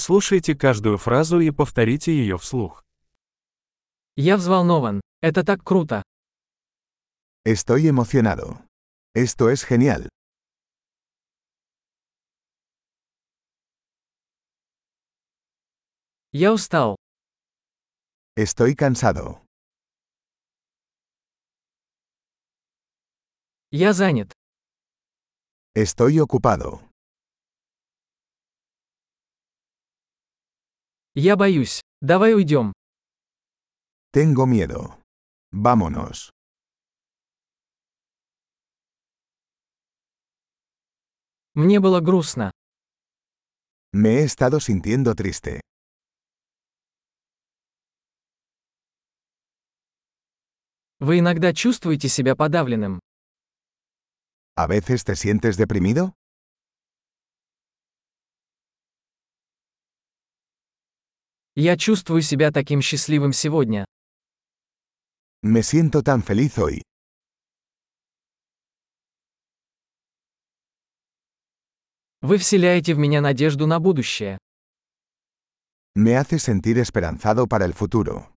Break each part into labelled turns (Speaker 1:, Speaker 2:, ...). Speaker 1: Прослушайте каждую фразу и повторите ее вслух.
Speaker 2: Я взволнован. Это так круто.
Speaker 3: Estoy emocionado. Esto es genial.
Speaker 2: Я устал.
Speaker 3: Estoy cansado.
Speaker 2: Я занят.
Speaker 3: Estoy ocupado.
Speaker 2: Я боюсь. Давай уйдем.
Speaker 3: Tengo miedo. Vámonos.
Speaker 2: Мне было грустно.
Speaker 3: Me he estado sintiendo triste.
Speaker 2: Вы иногда чувствуете себя подавленным.
Speaker 3: ¿A veces te sientes deprimido?
Speaker 2: Я чувствую себя таким счастливым сегодня.
Speaker 3: Me siento tan feliz hoy.
Speaker 2: Вы вселяете в меня надежду на будущее.
Speaker 3: Me hace sentir esperanzado para el futuro.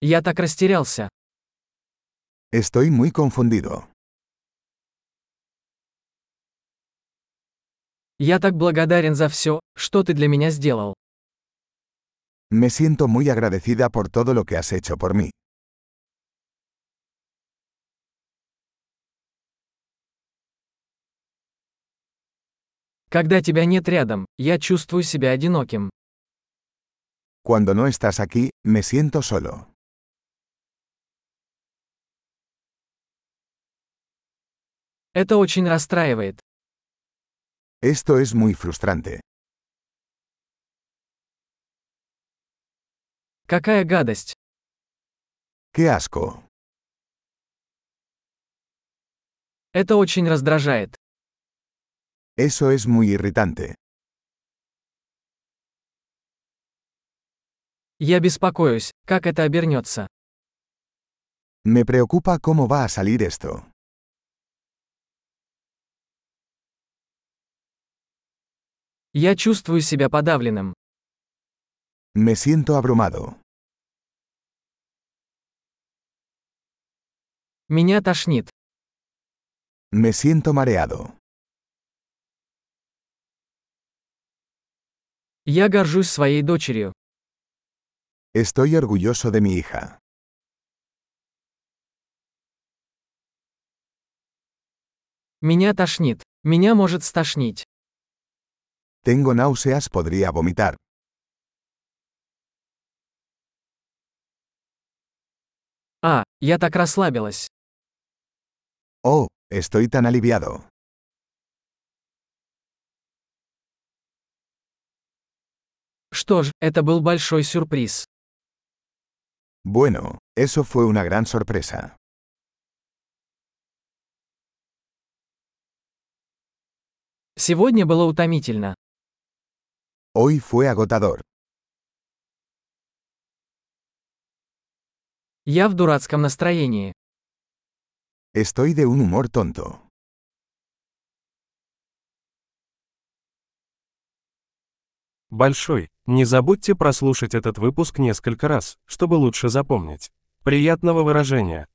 Speaker 2: Я так растерялся.
Speaker 3: Estoy muy confundido.
Speaker 2: Я так благодарен за все, что ты для меня сделал.
Speaker 3: Me siento muy agradecida por todo lo que has hecho por mí.
Speaker 2: Когда тебя нет рядом, я чувствую себя одиноким.
Speaker 3: Cuando no estás aquí, me siento solo.
Speaker 2: Это очень расстраивает.
Speaker 3: Esto es muy frustrante.
Speaker 2: Какая гадость.
Speaker 3: ¡Qué asco!
Speaker 2: Это очень раздражает.
Speaker 3: Eso es muy irritante.
Speaker 2: Я беспокоюсь, как это обернется.
Speaker 3: Me preocupa cómo va a salir esto.
Speaker 2: Я чувствую себя подавленным.
Speaker 3: Me siento abrumado.
Speaker 2: Меня тошнит.
Speaker 3: Me siento mareado.
Speaker 2: Я горжусь своей дочерью.
Speaker 3: Estoy orgulloso de mi hija.
Speaker 2: Меня тошнит. Меня может стошнить.
Speaker 3: Tengo náuseas, podría vomitar.
Speaker 2: А, я так расслабилась.
Speaker 3: Oh, estoy tan aliviado.
Speaker 2: Что ж, это был большой сюрприз.
Speaker 3: Bueno, eso fue una gran sorpresa.
Speaker 2: Сегодня было утомительно.
Speaker 3: Hoy fue agotador.
Speaker 2: Я в дурацком настроении.
Speaker 3: Estoy de un humor tonto.
Speaker 1: Большой. Не забудьте прослушать этот выпуск несколько раз, чтобы лучше запомнить. Приятного выражения!